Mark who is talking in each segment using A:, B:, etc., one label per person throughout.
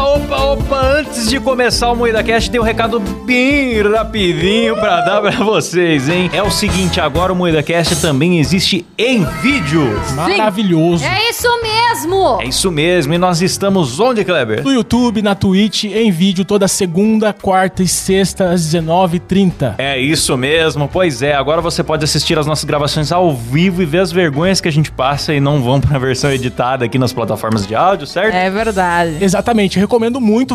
A: Opa, antes de começar o Moeda Cast, tem um recado bem rapidinho pra dar pra vocês, hein? É o seguinte, agora o Moeda Cast também existe em vídeo.
B: Maravilhoso.
C: É isso mesmo!
A: É isso mesmo, e nós estamos onde, Kleber?
B: No YouTube, na Twitch, em vídeo, toda segunda, quarta e sexta, às 19h30.
A: É isso mesmo, pois é. Agora você pode assistir as nossas gravações ao vivo e ver as vergonhas que a gente passa e não vão pra versão editada aqui nas plataformas de áudio, certo?
C: É verdade.
B: Exatamente, recomendo muito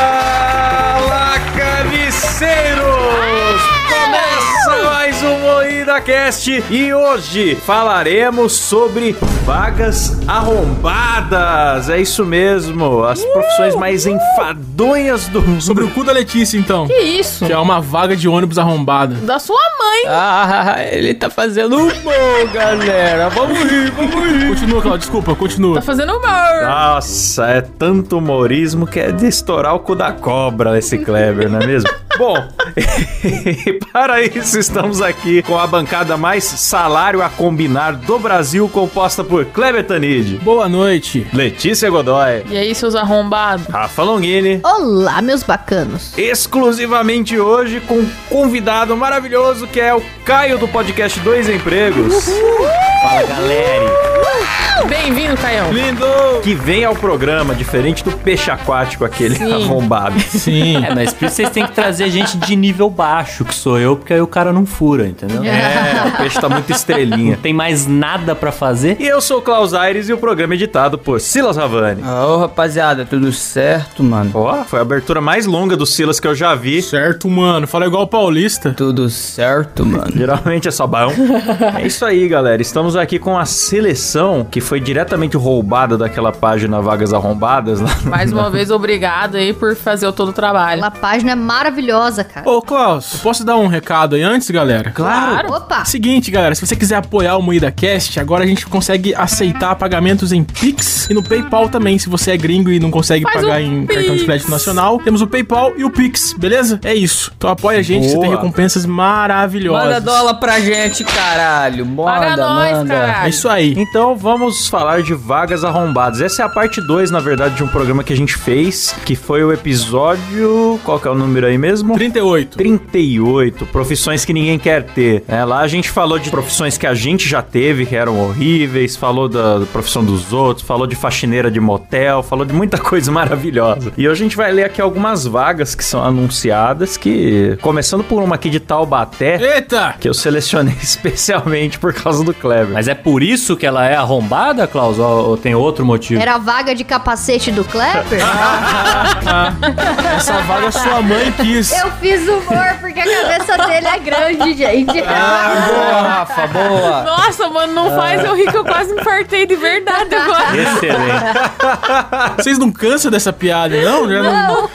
A: Fala, carniceiros! Começa mais um Moída Cast e hoje falaremos sobre vagas arrombadas. É isso mesmo, as profissões mais
D: Uh!
A: enfadonhas do
B: Sobre o cu da Letícia, então.
E: Que isso?
B: Que é uma vaga de ônibus arrombada.
E: Da sua mãe.
D: Ah, ele tá fazendo humor, galera. Vamos rir, vamos rir.
B: Continua, Cláudio, desculpa,
E: Tá
B: continua.
E: fazendo humor.
A: Nossa, é tanto humorismo que é de estourar o cu da cobra esse Kleber, não é mesmo? Bom, e para isso estamos aqui com a bancada mais salário a combinar do Brasil, composta por Kleber Tanid,
B: Boa noite.
A: Letícia Godoy,
E: E aí, seus arrombados?
A: Rafa Longini.
C: Olá, meus bacanos.
A: Exclusivamente hoje com um convidado maravilhoso que é o Caio do podcast Dois Empregos. Fala galera!
E: Bem-vindo, Caião.
B: Lindo!
A: Que vem ao programa, diferente do peixe aquático aquele
E: Sim.
A: arrombado.
B: Sim.
D: É, mas por isso vocês têm que trazer gente de nível baixo, que sou eu, porque aí o cara não fura, entendeu?
A: É, o peixe tá muito estrelinha.
D: Não tem mais nada pra fazer.
A: E eu sou o Klaus Aires e o programa é editado por Silas Havani.
F: Ô, rapaziada, tudo certo, mano?
A: Ó, foi a abertura mais longa do Silas que eu já vi.
B: Certo, mano. Fala igual o paulista.
F: Tudo certo, mano.
A: Geralmente é só baão. é isso aí, galera. Estamos aqui com a seleção que foi diretamente roubada daquela página Vagas Arrombadas. Lá.
E: Mais uma vez, obrigado aí por fazer o todo o trabalho.
C: Aquela página é maravilhosa, cara.
B: Ô, Klaus, eu posso dar um recado aí antes, galera?
E: Claro.
C: Opa!
B: Seguinte, galera, se você quiser apoiar o Moída Cast, agora a gente consegue aceitar pagamentos em Pix e no PayPal também, se você é gringo e não consegue
E: Faz
B: pagar
E: um
B: em cartão de
E: Pix.
B: crédito nacional. Temos o PayPal e o Pix, beleza? É isso. Então apoia a gente, você
A: Boa.
B: tem recompensas maravilhosas.
F: Manda dólar pra gente, caralho. Manda,
E: Paga nós,
F: manda.
E: caralho.
B: É isso aí.
A: Então vamos falar de Vagas Arrombadas. Essa é a parte 2, na verdade, de um programa que a gente fez, que foi o episódio. Qual que é o número aí mesmo?
B: 38.
A: 38 profissões que ninguém quer ter. né? Lá a gente falou de profissões que a gente já teve, que eram horríveis, falou da profissão dos outros, falou de faxineira de motel, falou de muita coisa maravilhosa. E hoje a gente vai ler aqui algumas vagas que são anunciadas, que começando por uma aqui de Taubaté,
B: Eita!
A: que eu selecionei especialmente por causa do Kleber.
D: Mas é por isso que ela é arrombada, Klaus? Ou, ou tem outro motivo?
C: Era a vaga de capacete do Kleber?
B: Essa vaga sua mãe quis.
C: Eu fiz humor porque a cabeça dele é grande, gente.
A: Ah.
F: Boa, Rafa, boa.
E: Nossa, mano, não faz eu rir que eu quase me fartei de verdade agora.
A: é
D: Excelente.
B: Vocês não cansam dessa piada, não? Já, não-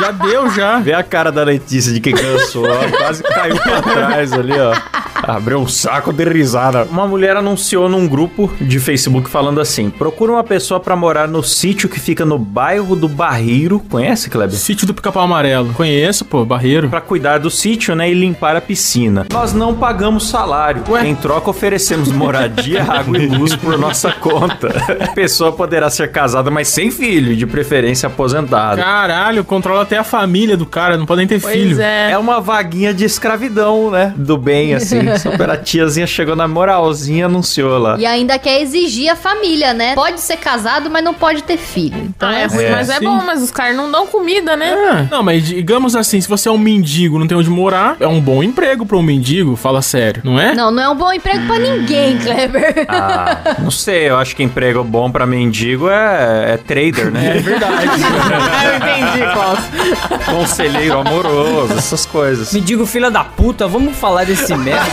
B: já deu, já.
A: Vê a cara da Letícia de que cansou, ó. quase caiu pra trás ali, ó. Abriu um saco de risada. Uma mulher anunciou num grupo de Facebook falando assim: procura uma pessoa pra morar no sítio que fica no bairro do Barreiro. Conhece, Kleber?
B: Sítio do Pica-Pau Amarelo. Conheço, pô, Barreiro.
A: Pra cuidar do sítio, né, e limpar a piscina. Nós não pagamos salário. Em troca, oferecemos moradia, água e luz por nossa conta. A pessoa poderá ser casada, mas sem filho, e de preferência aposentada.
B: Caralho, controla até a família do cara, não podem ter
E: Pois
B: filho.
E: é.
A: É uma vaguinha de escravidão, né? Do bem, assim. Super a tiazinha chegou na moralzinha e anunciou lá.
C: E ainda quer exigir a família, né? Pode ser casado, mas não pode ter filho. Então
E: Ah, é
C: é
E: ruim,
B: É,
E: mas é
B: sim.
E: bom, mas os caras não dão comida, né?
B: Não, mas digamos assim, se você é um mendigo, não tem onde morar, é um bom emprego pra um mendigo, fala sério, não é?
C: Não, não é um bom emprego pra ninguém, Kleber.
A: Ah, não sei, eu acho que emprego bom pra mendigo é, é trader, né?
E: Eu entendi, Klaus.
A: Conselheiro amoroso, essas coisas.
F: Me digo, filha da puta, vamos falar desse merda?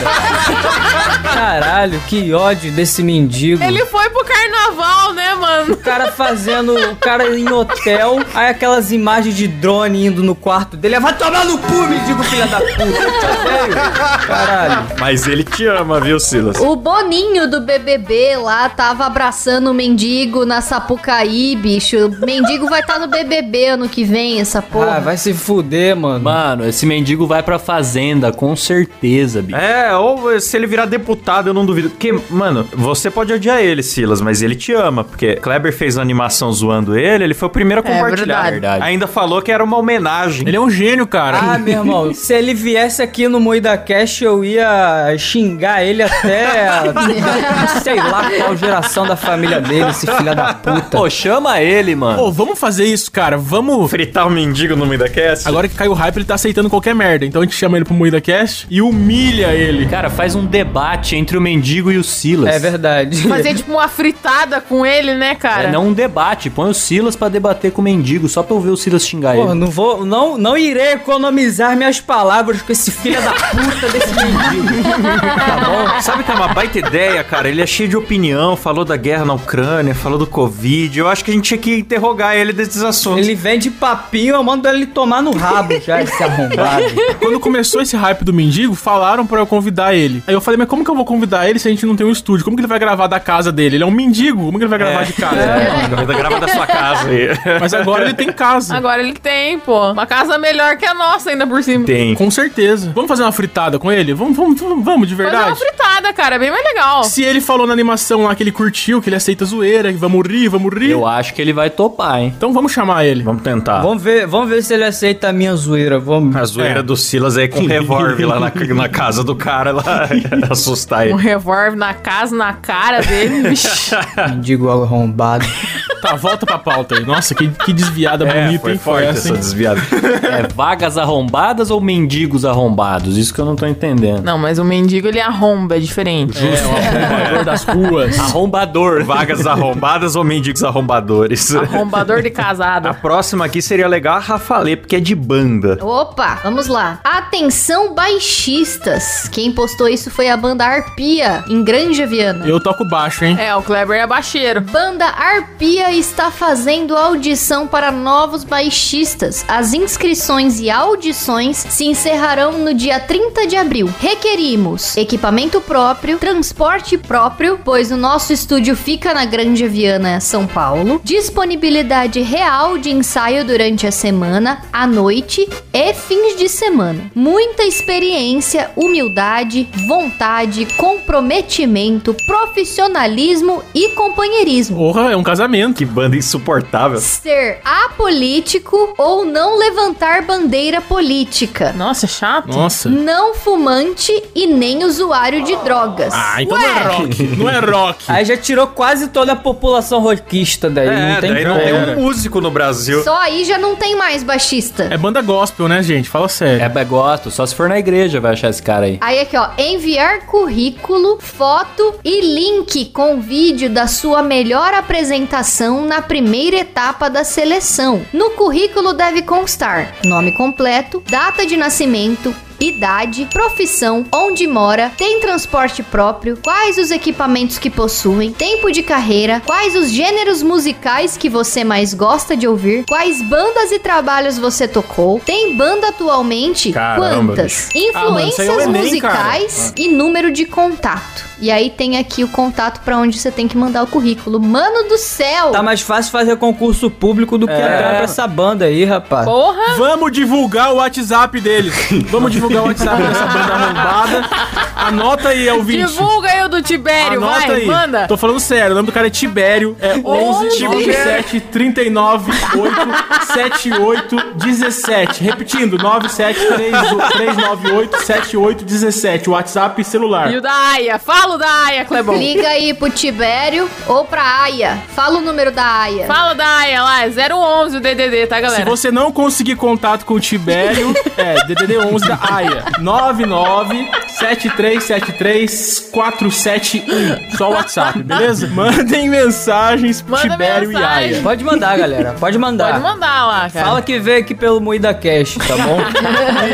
F: Caralho, que ódio desse mendigo.
E: Ele foi pro carnaval, né, mano?
F: O cara fazendo. O cara em hotel. Aí aquelas imagens de drone indo no quarto dele. Vai tomar no cu, mendigo, filha da puta. Sério? Caralho.
A: Mas ele te ama, viu, Silas?
C: O Boninho do BBB lá tava abraçando o mendigo na Sapucaí, bicho. O mendigo vai estar no BBB ano que vem, essa
F: Ah,
C: porra.
F: vai se fuder, mano.
D: Mano, esse mendigo vai pra fazenda, com certeza, bicho.
A: É, ou se ele virar deputado, eu não duvido. Porque, mano, você pode odiar ele, Silas, mas ele te ama. Porque Kleber fez a animação zoando ele, ele foi o primeiro a
E: É
A: compartilhar.
E: verdade.
D: Verdade.
A: Ainda falou que era uma homenagem.
B: Ele é um gênio, cara.
F: Ah, meu irmão, se ele viesse aqui no Moída Cash, eu ia xingar ele até. sei lá qual geração da família dele, esse filho da
A: É,
F: puta.
D: Pô, chama ele,
E: Ah,
D: mano.
B: Pô, vamos fazer isso, cara. Vamos.
A: Fritar o mendigo no meio da cast?
B: Agora que caiu o hype, ele tá aceitando qualquer merda. Então a gente chama ele pro Moída Cast e humilha ele.
D: Cara, faz um debate entre o mendigo e o Silas.
F: É verdade.
E: Fazer tipo uma fritada com ele, né, cara?
D: É, não um debate. Põe o Silas pra debater com o mendigo, só pra eu ver o Silas xingar
F: Porra,
D: ele.
F: não vou. Não, não irei economizar minhas palavras com esse filho da puta desse mendigo.
A: Tá bom. Sabe que é uma baita ideia, cara? Ele é cheio de opinião, falou da guerra na Ucrânia, falou do Covid. Eu acho que a gente tinha que interrogar ele desses assuntos.
F: Ele vende papinho, eu mando ele tomar no rabo já, esse arrombado.
B: Quando começou esse hype do mendigo, falaram pra eu convidar ele. Aí eu falei, mas como que eu vou convidar ele se a gente não tem um estúdio? Como que ele vai gravar da casa dele? Ele é um mendigo, como que ele vai gravar de casa?
A: É. Grava da sua casa aí.
B: Mas agora ele tem casa.
E: Agora ele tem, pô. Uma casa melhor que a nossa ainda por cima.
A: Tem.
B: Com certeza. Vamos fazer uma fritada com ele? Vamos, vamos, vamos, vamos, de
E: Fazer uma
B: verdade?
E: fritada, cara, é bem mais legal.
B: Se ele falou na animação lá que ele curtiu, que ele aceita zoeira, que vamos rir, vamos rir.
D: Eu acho que ele vai topar, hein?
B: Então vamos chamar ele.
A: Vamos tentar.
F: vamos, ver, vamos ver se ele aceita a minha zoeira. Vamos.
A: A zoeira do Silas é com um revólver lá na, na casa do cara lá assustar
E: Um
A: ele.
E: revólver na casa, na cara dele, vixi.
F: Mendigo arrombado.
B: Tá, volta pra pauta aí. Nossa, que, que desviada
A: É,
B: bonita, hein? Foi essa, hein?
A: desviada.
D: É vagas arrombadas ou mendigos arrombados? Isso que eu não tô entendendo.
E: Não, mas o mendigo ele arromba, é diferente.
B: É, o arrombador das ruas.
D: Arrombador.
A: Vagas arrombadas ou mendigos arrombadores?
E: É, Arrombador de
A: A
E: casado.
A: próxima aqui seria legal a Rafalê, porque é de banda.
C: Opa, vamos lá. Atenção baixistas. Quem postou isso foi a banda Arpia, em Granja Viana.
B: Eu toco baixo, hein?
E: É, o Kleber é baixeiro.
C: Banda Arpia está fazendo audição para novos baixistas. As inscrições e audições se encerrarão no dia 30 de abril. Requerimos equipamento próprio, transporte próprio, pois o nosso estúdio fica na Grande Viana, São Paulo, disponibilidade real de ensaio durante a semana, à noite e fins de semana. Muita experiência, humildade, vontade, comprometimento, profissionalismo e companheirismo.
B: Porra, é um casamento.
A: Que banda insuportável.
C: Ser apolítico ou não levantar bandeira política.
E: Nossa, é chato.
B: Nossa.
C: Não fumante e nem usuário de drogas.
B: Ah, então não é rock. Não é rock.
F: Aí já tirou quase toda a população rockista daí. não é. tem
A: daí não
F: como.
A: tem um músico no Brasil.
C: Só aí já não tem mais baixista.
B: É banda gospel, né, gente? Fala sério.
D: É, mas gosto. Só se for na igreja vai achar esse cara aí.
C: Aí aqui, ó, enviar currículo, foto e link com vídeo da sua melhor apresentação na primeira etapa da seleção. No currículo deve constar nome completo, data de nascimento, idade, profissão, onde mora, tem transporte próprio, quais os equipamentos que possuem, tempo de carreira, quais os gêneros musicais que você mais gosta de ouvir, quais bandas e trabalhos você tocou, tem banda atualmente,
A: Caramba,
B: Ah,
C: quantas,
B: mano, isso aí
C: influências
B: é o Enem, cara.
C: musicais e número de contato. E aí tem aqui o contato pra onde você tem que mandar o currículo. Mano do céu!
F: Tá mais fácil fazer concurso público
A: É.
F: do que entrar pra essa banda aí, rapaz.
E: Porra!
B: Vamos divulgar o WhatsApp deles. Vamos divulgar o WhatsApp dessa banda arrombada. Anota aí, ouvinte.
E: Divulga eu do Tibério,
B: Anota
E: vai,
B: aí.
E: manda.
B: Tô falando sério, o nome do cara é Tibério. É 11 97 39 8 78 17. Repetindo, 97 398 78 17. WhatsApp e celular.
E: E o da Aya, fala o da Aya, Clebão.
C: Liga aí pro Tibério ou pra Aya. Fala o número da Aya.
E: Fala da Aya lá, é 011 o DDD, tá,
B: Se
E: galera?
B: você não conseguir contato com o Tibério, é DDD 11 da AIA. 997373471. Só o WhatsApp, beleza? Mandem mensagens pro
E: Manda
B: Tibério
E: mensagem.
B: e AIA.
F: Pode mandar, galera. Pode mandar.
E: Pode mandar lá, cara.
F: Fala que veio aqui pelo Moída Cash, tá bom?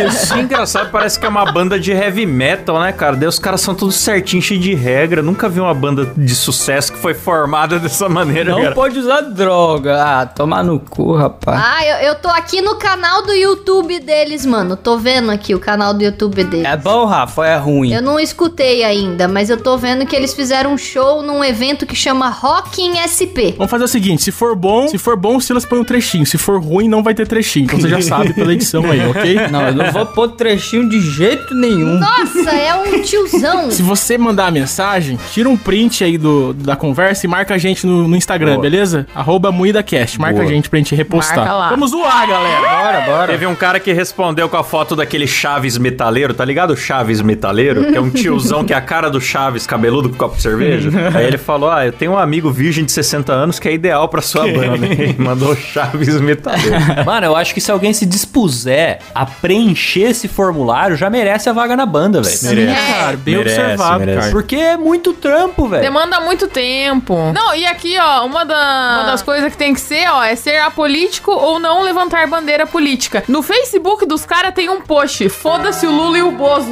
A: Isso. Engraçado, parece que é uma banda de heavy metal, né, cara? Daí os caras são todos certinhos, cheios de regra. Nunca vi uma banda de sucesso que foi formada dessa maneira,
F: Não
A: cara.
F: pode usar droga. Ah, tomar no cu, rapaz.
C: Ah, eu, eu tô aqui no canal do YouTube deles, mano. Tô vendo aqui o canal do YouTube deles.
F: É bom, Rafa, ou é ruim.
C: Eu não escutei ainda, mas eu tô vendo que eles fizeram um show num evento que chama Rock em SP.
B: Vamos fazer o seguinte, se for bom, se for bom, o Silas põe um trechinho. Se for ruim, não vai ter trechinho. Então você já sabe pela edição aí, ok?
F: Não, eu não vou pôr trechinho de jeito nenhum.
C: Nossa, é um tiozão.
B: Se você mandar a mensagem, tira um print aí do, da conversa e marca a gente no, no Instagram,
A: Boa.
B: beleza? Arroba MuidaCast. Marca
A: Boa.
B: a gente pra gente repostar.
E: Marca lá.
B: Vamos zoar, galera.
F: Bora, bora.
A: Teve um cara que respondeu com a foto daquele Chaves metaleiro, tá ligado? O Chaves metaleiro, que é um tiozão que é a cara do Chaves cabeludo com copo de cerveja. Aí ele falou: Ah, eu tenho um amigo virgem de 60 anos que é ideal pra sua banda. E mandou Chaves metaleiro.
D: Mano, eu acho que se alguém se dispuser a preencher esse formulário, já merece a vaga na banda, velho.
A: Merece.
B: Cara, é bem
A: Merece,
B: observado,
A: merece.
B: cara.
D: Porque é muito trampo, velho.
E: Demanda muito tempo. Não, e aqui, ó, uma, da- uma das coisas que tem que ser, ó, é ser apolítico ou não levantar bandeira política. No Facebook dos caras tem um post, foda-se o Lula e o Bozo.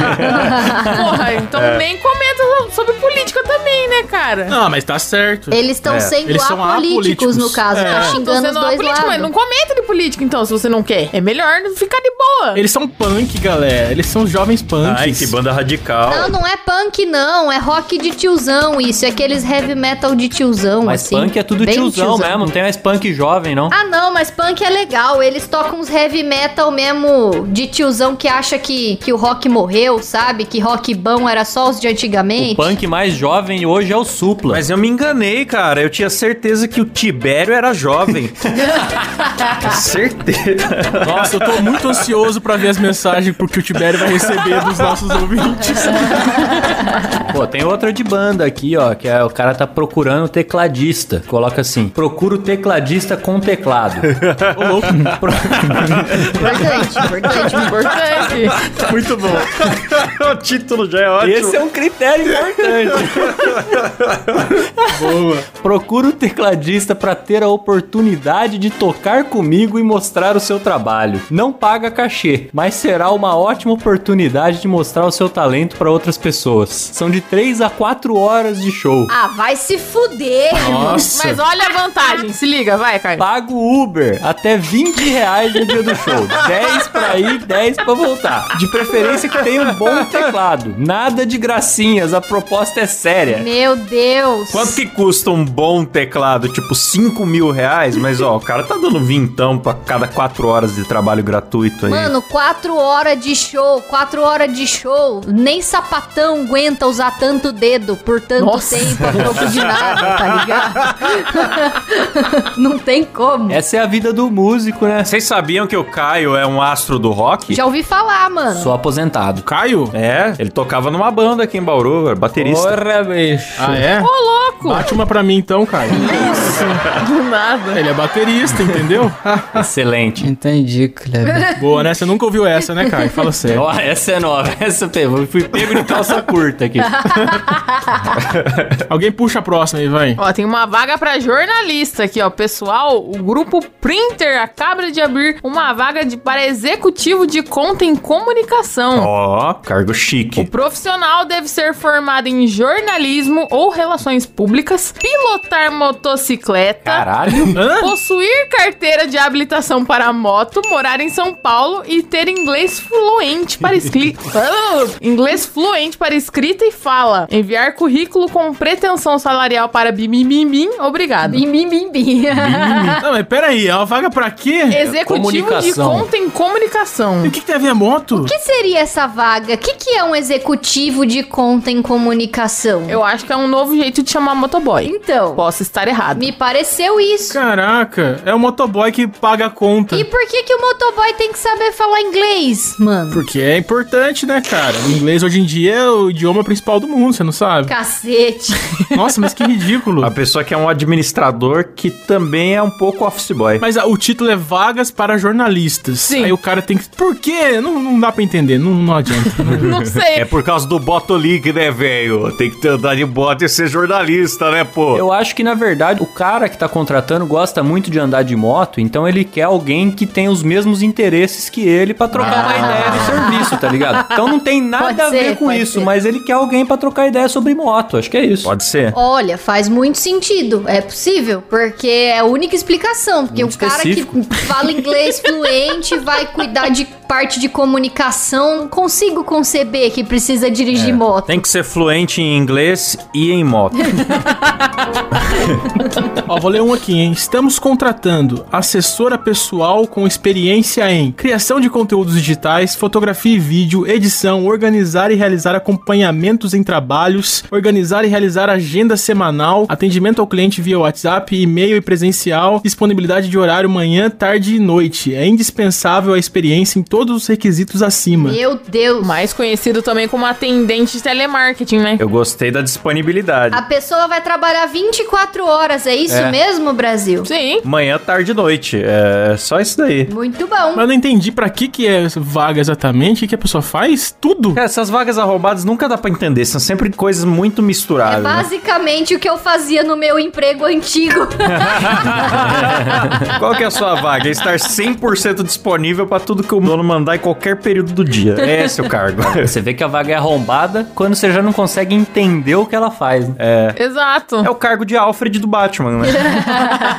E: Porra, então nem comenta so- sobre política também, né, cara?
B: Não, mas tá certo.
C: Eles estão
A: É,
C: sendo
B: eles são apolíticos.
C: apolíticos, no caso.
B: É.
C: Tá
B: Não,
E: Então
C: xingando
E: você
C: os
E: não é
C: dois
E: político, mas não
C: lados.
E: comenta de política, então, se você não quer. É melhor ficar de boa.
B: Eles são punk, galera. Eles são jovens punks.
A: Ai, que banda radical.
C: Não, não é punk, não. É rock de tiozão isso. É aqueles heavy metal de tiozão,
D: Mas
C: assim.
D: punk é tudo
C: Bem
D: tiozão, mesmo, não tem mais punk jovem, não.
C: Ah, não, mas punk é legal. Eles tocam uns heavy metal mesmo de tiozão que acha que, que o rock morreu, sabe? Que rock bom era só os de antigamente.
D: O punk mais jovem hoje é o Supla.
A: Mas eu me enganei, cara. Eu tinha certeza que o Tibério era jovem. certeza.
B: Nossa, eu tô muito ansioso pra ver as mensagens que o Tibério vai receber dos nossos ouvintes.
D: Pô, tem outra de banda aqui, ó, que é o cara tá procurando tecladista. Coloca assim: procuro tecladista com teclado.
B: Ô, louco.
C: Importante, importante.
E: É Importante.
B: Muito bom.
A: o título já é ótimo.
D: Esse é um critério importante.
B: Boa.
D: Procura o tecladista pra ter a oportunidade de tocar comigo e mostrar o seu trabalho. Não paga cachê, mas será uma ótima oportunidade de mostrar o seu talento pra outras pessoas. São de 3 a 4 horas de show.
C: Ah, vai se fuder.
B: Nossa.
E: Mas olha a vantagem. Se liga, vai, Caio.
D: Pago Uber até 20 reais no dia do show. 10 pra ir, 10 pra voltar. De preferência que tenha um bom teclado. Nada de gracinhas, a proposta é séria.
C: Meu Deus.
A: Quanto que custa um bom teclado? Tipo, 5 mil reais? Mas, ó, o cara tá dando vintão pra cada 4 horas de trabalho gratuito aí.
C: Mano, quatro horas de show, quatro horas de show. Nem sapatão aguenta usar tanto dedo por tanto
E: Nossa.
C: tempo a troco de nada, tá ligado? Não tem como.
D: Essa é a vida do músico, né?
A: Vocês sabiam que o Caio é um astro do rock?
C: Já ouvi falar, mano.
D: Sou aposentado.
B: Caio?
A: É, ele tocava numa banda aqui em Bauru, era baterista.
F: Porra, bicho.
B: Ah, é?
E: Ô, louco!
B: Bate uma pra mim então, Caio.
E: Do nada.
B: Ele é baterista, entendeu?
D: Ah, Excelente.
F: Entendi, Kleber.
B: Boa, né? Você nunca ouviu essa, né, Caio? Fala sério.
D: Ó, essa é nova. Essa eu pego- fui pego de calça curta aqui.
B: Alguém puxa a próxima aí, vai.
E: Ó, tem uma vaga pra jornalista aqui, ó. Pessoal, o grupo Printer acaba de abrir uma vaga de, para executivo de conta em comunicação. Não.
A: Ó, cargo
E: O
A: chique.
E: profissional deve ser formado em jornalismo ou relações públicas, pilotar motocicleta,
D: Caralho.
E: possuir carteira de habilitação para moto, morar em São Paulo e ter inglês fluente para escrita. inglês fluente para escrita e fala. Enviar currículo com pretensão salarial para bimimimim, obrigado.
C: Bim, bim, bim, bim.
B: Não, mas peraí, é uma vaga pra quê?
E: Executivo de
D: Comunicação.
E: conta em
B: E
E: comunicação.
B: o que, que tem a ver a moto?
C: O que seria essa vaga? O que, que é um executivo de conta em comunicação?
E: Eu acho que é um novo jeito de chamar motoboy.
C: Então,
E: Posso estar errado.
C: me pareceu isso.
B: Caraca, é o motoboy que paga a conta.
C: E por que, que o motoboy tem que saber falar inglês, mano?
B: Porque é importante, né, cara? O inglês hoje em dia é o idioma principal do mundo, você não sabe?
C: Cacete.
B: Nossa, mas que ridículo.
A: A pessoa que é um administrador que também é um pouco office boy.
B: Mas ah, o título é Vagas para Jornalistas.
E: Sim.
B: Aí o cara tem que. Por quê? Não, não dá pra entender, não, não adianta.
E: Não sei.
A: É por causa do Botolink, né, velho? Tem que andar de bota e ser jornalista, né, pô?
D: Eu acho que, na verdade, o cara que tá contratando gosta muito de andar de moto, então ele quer alguém que tem os mesmos interesses que ele pra trocar
F: Ah.
D: uma ideia do serviço, tá ligado? Então não tem
C: Pode
D: nada a ver
C: ser,
D: com
C: pode
D: isso,
C: ser.
D: mas ele quer alguém pra trocar ideia sobre moto, acho que é isso.
A: Pode ser.
C: Olha, faz muito sentido. É possível. Porque é a única explicação. Porque
D: Muito
C: o cara
D: específico.
C: que fala inglês fluente vai cuidar de parte de comunicação. Não consigo conceber que precisa
D: É.
C: dirigir moto.
A: Tem que ser fluente em inglês e em moto.
B: Ó, vou ler um aqui, hein? Estamos contratando assessora pessoal com experiência em criação de conteúdos digitais, fotografia e vídeo, edição, organizar e realizar acompanhamentos em trabalhos, organizar e realizar agenda semanal, atendimento ao cliente via WhatsApp, e-mail e presencial, disponibilidade de horário manhã, tarde e noite. É indispensável a experiência em todos os requisitos acima.
C: Meu Deus.
E: Mais conhecido também como atendente de telemarketing, né?
A: Eu gostei da disponibilidade.
C: A pessoa vai trabalhar 24 horas, é isso
A: É.
C: mesmo, Brasil?
E: Sim.
A: Manhã, tarde e noite. É só isso daí.
C: Muito bom.
B: Mas eu não entendi pra que que é essa vaga exatamente, o que que a pessoa faz? Tudo?
A: Cara, essas vagas arrombadas nunca dá pra entender. São sempre coisas muito
C: É
A: misturadas. né?
C: basicamente o que eu fazia no meu emprego antigo.
A: Qual que é a sua vaga? É estar 100% disponível pra tudo que o dono mandar em qualquer período do dia. É esse o cargo.
D: Você vê que a vaga é arrombada quando você já não consegue entender o que ela faz. né?
E: Exato.
A: É o cargo de Alfred do Batman, né?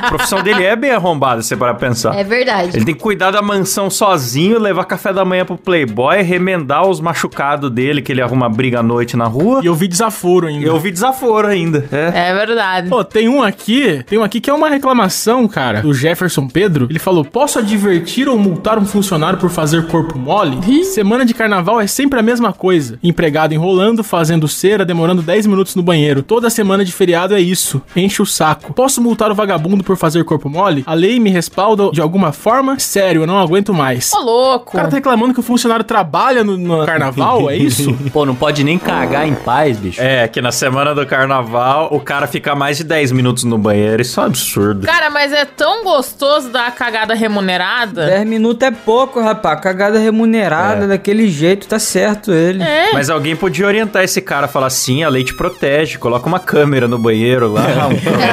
A: A profissão dele é bem arrombada, se você parar pra pensar.
C: é verdade.
A: Ele tem que cuidar da mansão sozinho, levar café da manhã pro Playboy, remendar os machucados dele, que ele arruma briga à noite na rua.
B: E eu vi desaforo ainda.
A: E eu vi desaforo ainda. É.
E: É verdade.
B: Pô, tem um aqui, tem um aqui que é uma reclamação, cara, do Jefferson Pedro. Ele falou: posso advertir ou multar um funcionário por fazer corpo mole? Semana de carnaval é sempre a mesma coisa. Empregado enrolando, fazendo cera, demorando 10 minutos no banheiro. Toda semana de feriado é isso. Enche o saco. Posso multar o vagabundo por fazer corpo mole? A lei me respalda de alguma forma? Sério, eu não aguento mais.
E: Ô, louco.
B: O cara tá reclamando que o funcionário trabalha no, no carnaval, é isso?
D: Pô, não pode nem cagar em paz, bicho.
A: É, que na semana do carnaval o cara fica mais de 10 minutos no banheiro. Isso é um absurdo.
E: Cara, mas é tão gostoso dar a cagada remunerada.
F: 10 minutos é pouco, rapaz. Cagada
A: É.
F: remunerada daquele jeito, tá certo ele.
E: É.
A: Mas alguém podia orientar esse cara, falar assim, a lei te protege, coloca uma câmera no banheiro lá.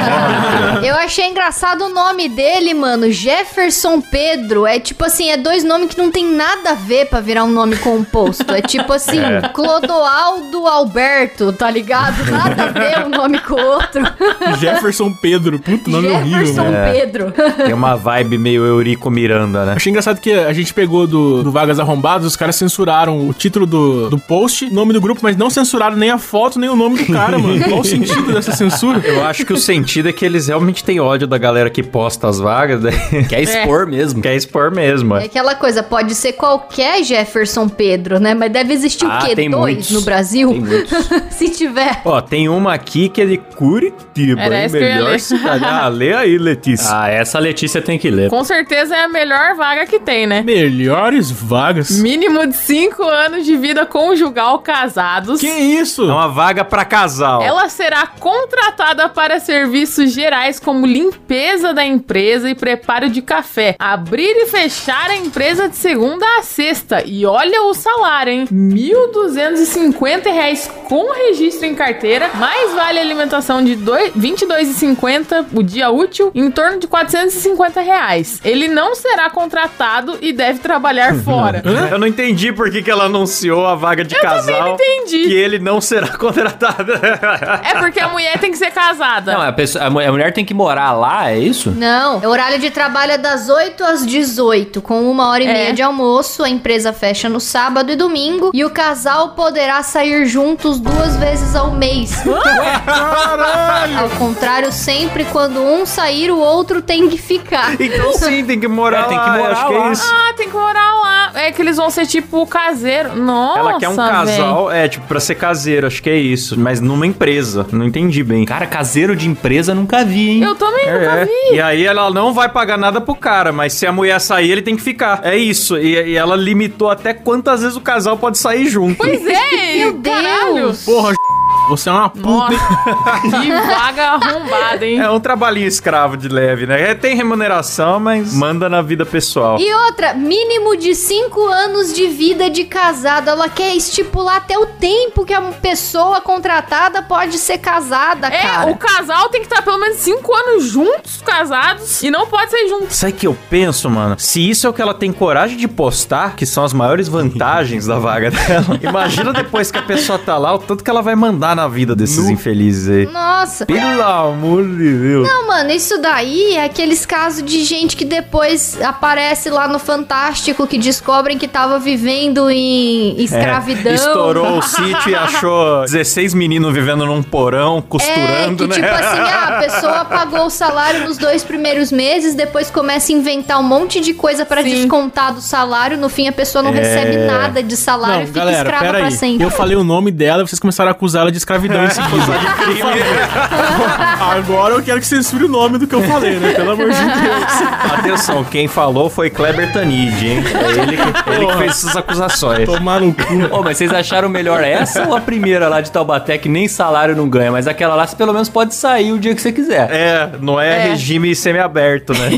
C: Eu achei engraçado o nome dele, mano. Jefferson Pedro. É tipo assim, é dois nomes que não tem nada a ver pra virar um nome composto. É tipo assim,
A: É.
C: Clodoaldo Alberto, tá ligado? Nada a ver um nome com o outro.
B: Jefferson Pedro, puto nome horrível. né?
C: Jefferson
B: velho.
C: Pedro.
A: Tem uma vibe meio Eurico Miranda, né?
B: Achei engraçado que a gente pegou do, do Vagas Arrombadas, os caras censuraram o título do, do post, nome do grupo, mas não censuraram nem a foto, nem o nome do cara, mano. Qual o sentido dessa censura?
A: Eu acho que o sentido é que eles realmente têm ódio da galera que posta as vagas, né?
D: É. Quer expor mesmo.
A: Quer expor mesmo.
C: É
A: é.
C: aquela coisa, pode ser qualquer Jefferson Pedro, né? Mas deve existir
D: Ah,
C: o quê?
D: tem
C: Dois
D: muitos.
C: no Brasil?
D: Tem muitos.
C: Se tiver.
A: Ó, tem uma aqui que é de Curitiba.
E: Era
A: hein?
E: essa que eu ia
A: melhor
E: ler.
A: cidade. Ah, lê aí, Letícia.
D: Ah, essa Letícia tem que ler.
E: Com certeza é a melhor vaga que tem, né?
B: Melhores vagas.
E: Mínimo de 5 anos de vida conjugal casados.
B: Que isso?
A: É uma vaga pra casal.
E: Ela será contratada para serviços gerais como limpeza da empresa e preparo de café. Abrir e fechar a empresa de segunda a sexta. E olha o salário, hein? R$ 1.250 reais com registro em carteira, mais vale alimentação de dois- R$ 22,50 o dia útil, em torno de R$ 450 reais. Ele não será contratado e deve trabalhar trabalhar fora.
A: Eu não entendi por que, que ela anunciou a vaga de casal.
E: não entendi.
A: Que ele não será contratado.
E: É porque a mulher tem que ser casada.
D: Não, a, pessoa- a mu- a mulher tem que morar lá, é isso?
C: Não, o horário de trabalho é das 8 às 18, com uma hora e
E: É.
C: meia de almoço. A empresa fecha no sábado e domingo. E o casal poderá sair juntos duas vezes ao mês. ao contrário, sempre quando um sair, o outro tem que ficar.
A: Então sim, tem que morar
D: É, tem que
A: lá,
D: morar
A: acho que
D: lá.
A: é isso.
E: Ah, tem que morar lá. É que eles vão ser tipo caseiro. Nossa,
A: Ela quer um
E: véi.
A: casal, é, tipo, pra ser caseiro, acho que é isso. Mas numa empresa, não entendi bem.
D: Cara, caseiro de empresa nunca vi, hein?
E: Eu também
A: É,
E: nunca vi.
A: E aí ela não vai pagar nada pro cara, mas se a mulher sair, ele tem que ficar. É isso. E, e ela limitou até quantas vezes o casal pode sair junto.
E: Pois é,
C: Meu
E: caralho.
C: Deus!
B: Porra, você é uma puta. hein?
E: Nossa, que vaga arrombada, hein?
A: É um trabalhinho escravo de leve, né? É, tem remuneração, mas manda na vida pessoal.
C: E outra, mínimo de 5 anos de vida de casado. Ela quer estipular até o tempo que a pessoa contratada pode ser casada,
E: É,
C: cara.
E: o casal tem que estar pelo menos cinco anos juntos, casados, e não pode ser juntos.
A: Sabe o que eu penso, mano? Se isso é o que ela tem coragem de postar, que são as maiores vantagens da vaga dela, imagina depois que a pessoa tá lá, o tanto que ela vai mandar na vida desses infelizes aí.
C: Nossa.
A: Pelo amor de Deus.
C: Não, mano, isso daí é aqueles casos de gente que depois aparece lá no Fantástico que descobrem que tava vivendo em escravidão.
A: É, Estourou o sítio e achou 16 meninos vivendo num porão,
C: É,
A: costurando,
C: que
A: né?
C: tipo assim, ah, a pessoa pagou o salário nos dois primeiros meses, depois começa a inventar um monte de coisa pra
E: Sim.
C: descontar do salário, no fim a pessoa
A: É.
C: não recebe nada de salário e
B: Não,
C: fica
B: galera,
C: escrava pra
B: peraí.
C: sempre.
B: Eu falei o nome dela e vocês começaram a acusar ela de escravidão em seguida. Agora eu quero que censure o nome do que eu falei, né? Pelo amor de Deus.
A: Atenção, quem falou foi Kleber Tanid, hein? É ele que, ele que fez essas acusações.
B: Tomar no cu.
D: Ô, mas vocês acharam melhor essa ou a primeira lá de Taubaté que nem salário não ganha? Mas aquela lá você pelo menos pode sair o dia que você quiser.
A: É, não é, regime semiaberto, né?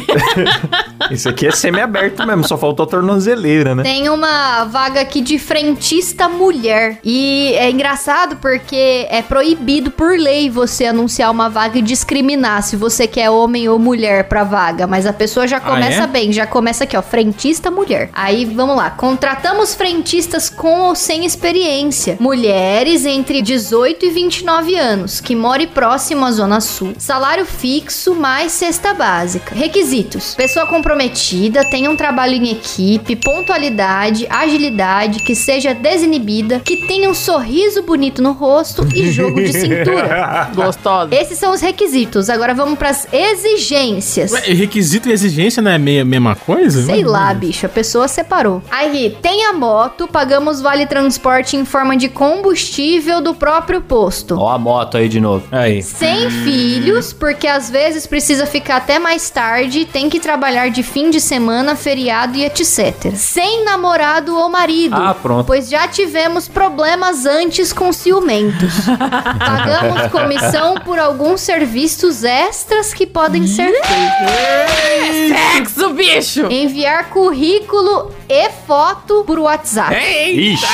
A: Isso aqui é semiaberto mesmo, só faltou a tornozeleira, né?
C: Tem uma vaga aqui de frentista mulher. E é engraçado porque é proibido por lei você anunciar uma vaga e discriminar se você quer homem ou mulher pra vaga. Mas a pessoa já começa
B: é?
C: bem, já começa aqui, ó, frentista mulher. Aí vamos lá. Contratamos frentistas com ou sem experiência. Mulheres entre 18 e 29 anos, que more próximo à Zona Sul. Salário fixo mais cesta básica. Requisitos: pessoa comprometida, tenha um trabalho em equipe, pontualidade, agilidade, que seja desinibida, que tenha um sorriso bonito no rosto e jogo de cintura.
E: Gostosa.
C: Esses são os requisitos. Agora vamos pras exigências.
B: Ué, É requisito e exigência não é meia, mesma coisa?
C: Sei lá, bicho, a pessoa separou. Aí, tem a moto, pagamos vale transporte em forma de combustível do próprio posto.
D: Ó a moto aí de novo.
A: Aí.
C: Sem filhos, porque às vezes precisa ficar até mais tarde, tem que trabalhar de fim de semana, feriado e etc. Sem namorado ou marido.
D: Ah, pronto.
C: Pois já tivemos problemas antes com ciumentos. Pagamos comissão por alguns serviços extras que podem ser feitos.
E: Sexo, bicho!
C: Enviar currículo e foto por WhatsApp.
D: Ixi,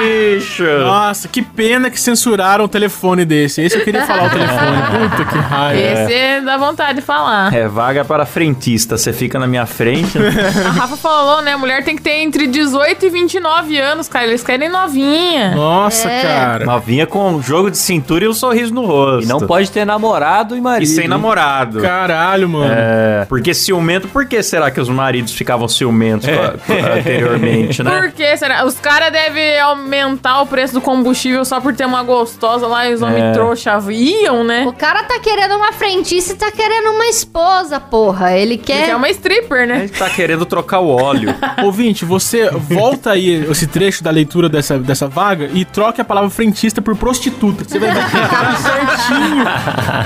A: Bicho!
B: Nossa, que pena que censuraram o telefone desse. Esse eu queria falar o telefone. Puta que raiva.
E: Esse dá vontade de falar.
A: É vaga para frentista, você fica na minha frente. né?
E: A Rafa falou, né? Mulher tem que ter entre 18 e 29 anos, cara. Eles querem
C: é
E: novinha.
B: Nossa, cara.
A: Novinha com um jogo de cintura e um sorriso no rosto.
D: E não pode ter namorado e marido.
A: E sem
D: hein?
A: namorado.
B: Caralho, mano.
A: É, porque ciumento, por que será que os maridos ficavam ciumentos co-
D: É.
A: anteriormente, né?
E: Por que será? Os caras devem aumentar o preço do combustível só por ter uma gostosa lá e os homens trouxa iam, né?
C: O cara tá querendo uma frentista e tá querendo uma esposa, porra. Ele
E: Ele
C: quer.
E: quer uma stripper, né?
A: Ele tá querendo trocar o óleo.
B: Ouvinte, você volta aí esse trecho da leitura dessa, dessa vaga e troque a palavra frentista por prostituta. Você vai ver que cabe certinho.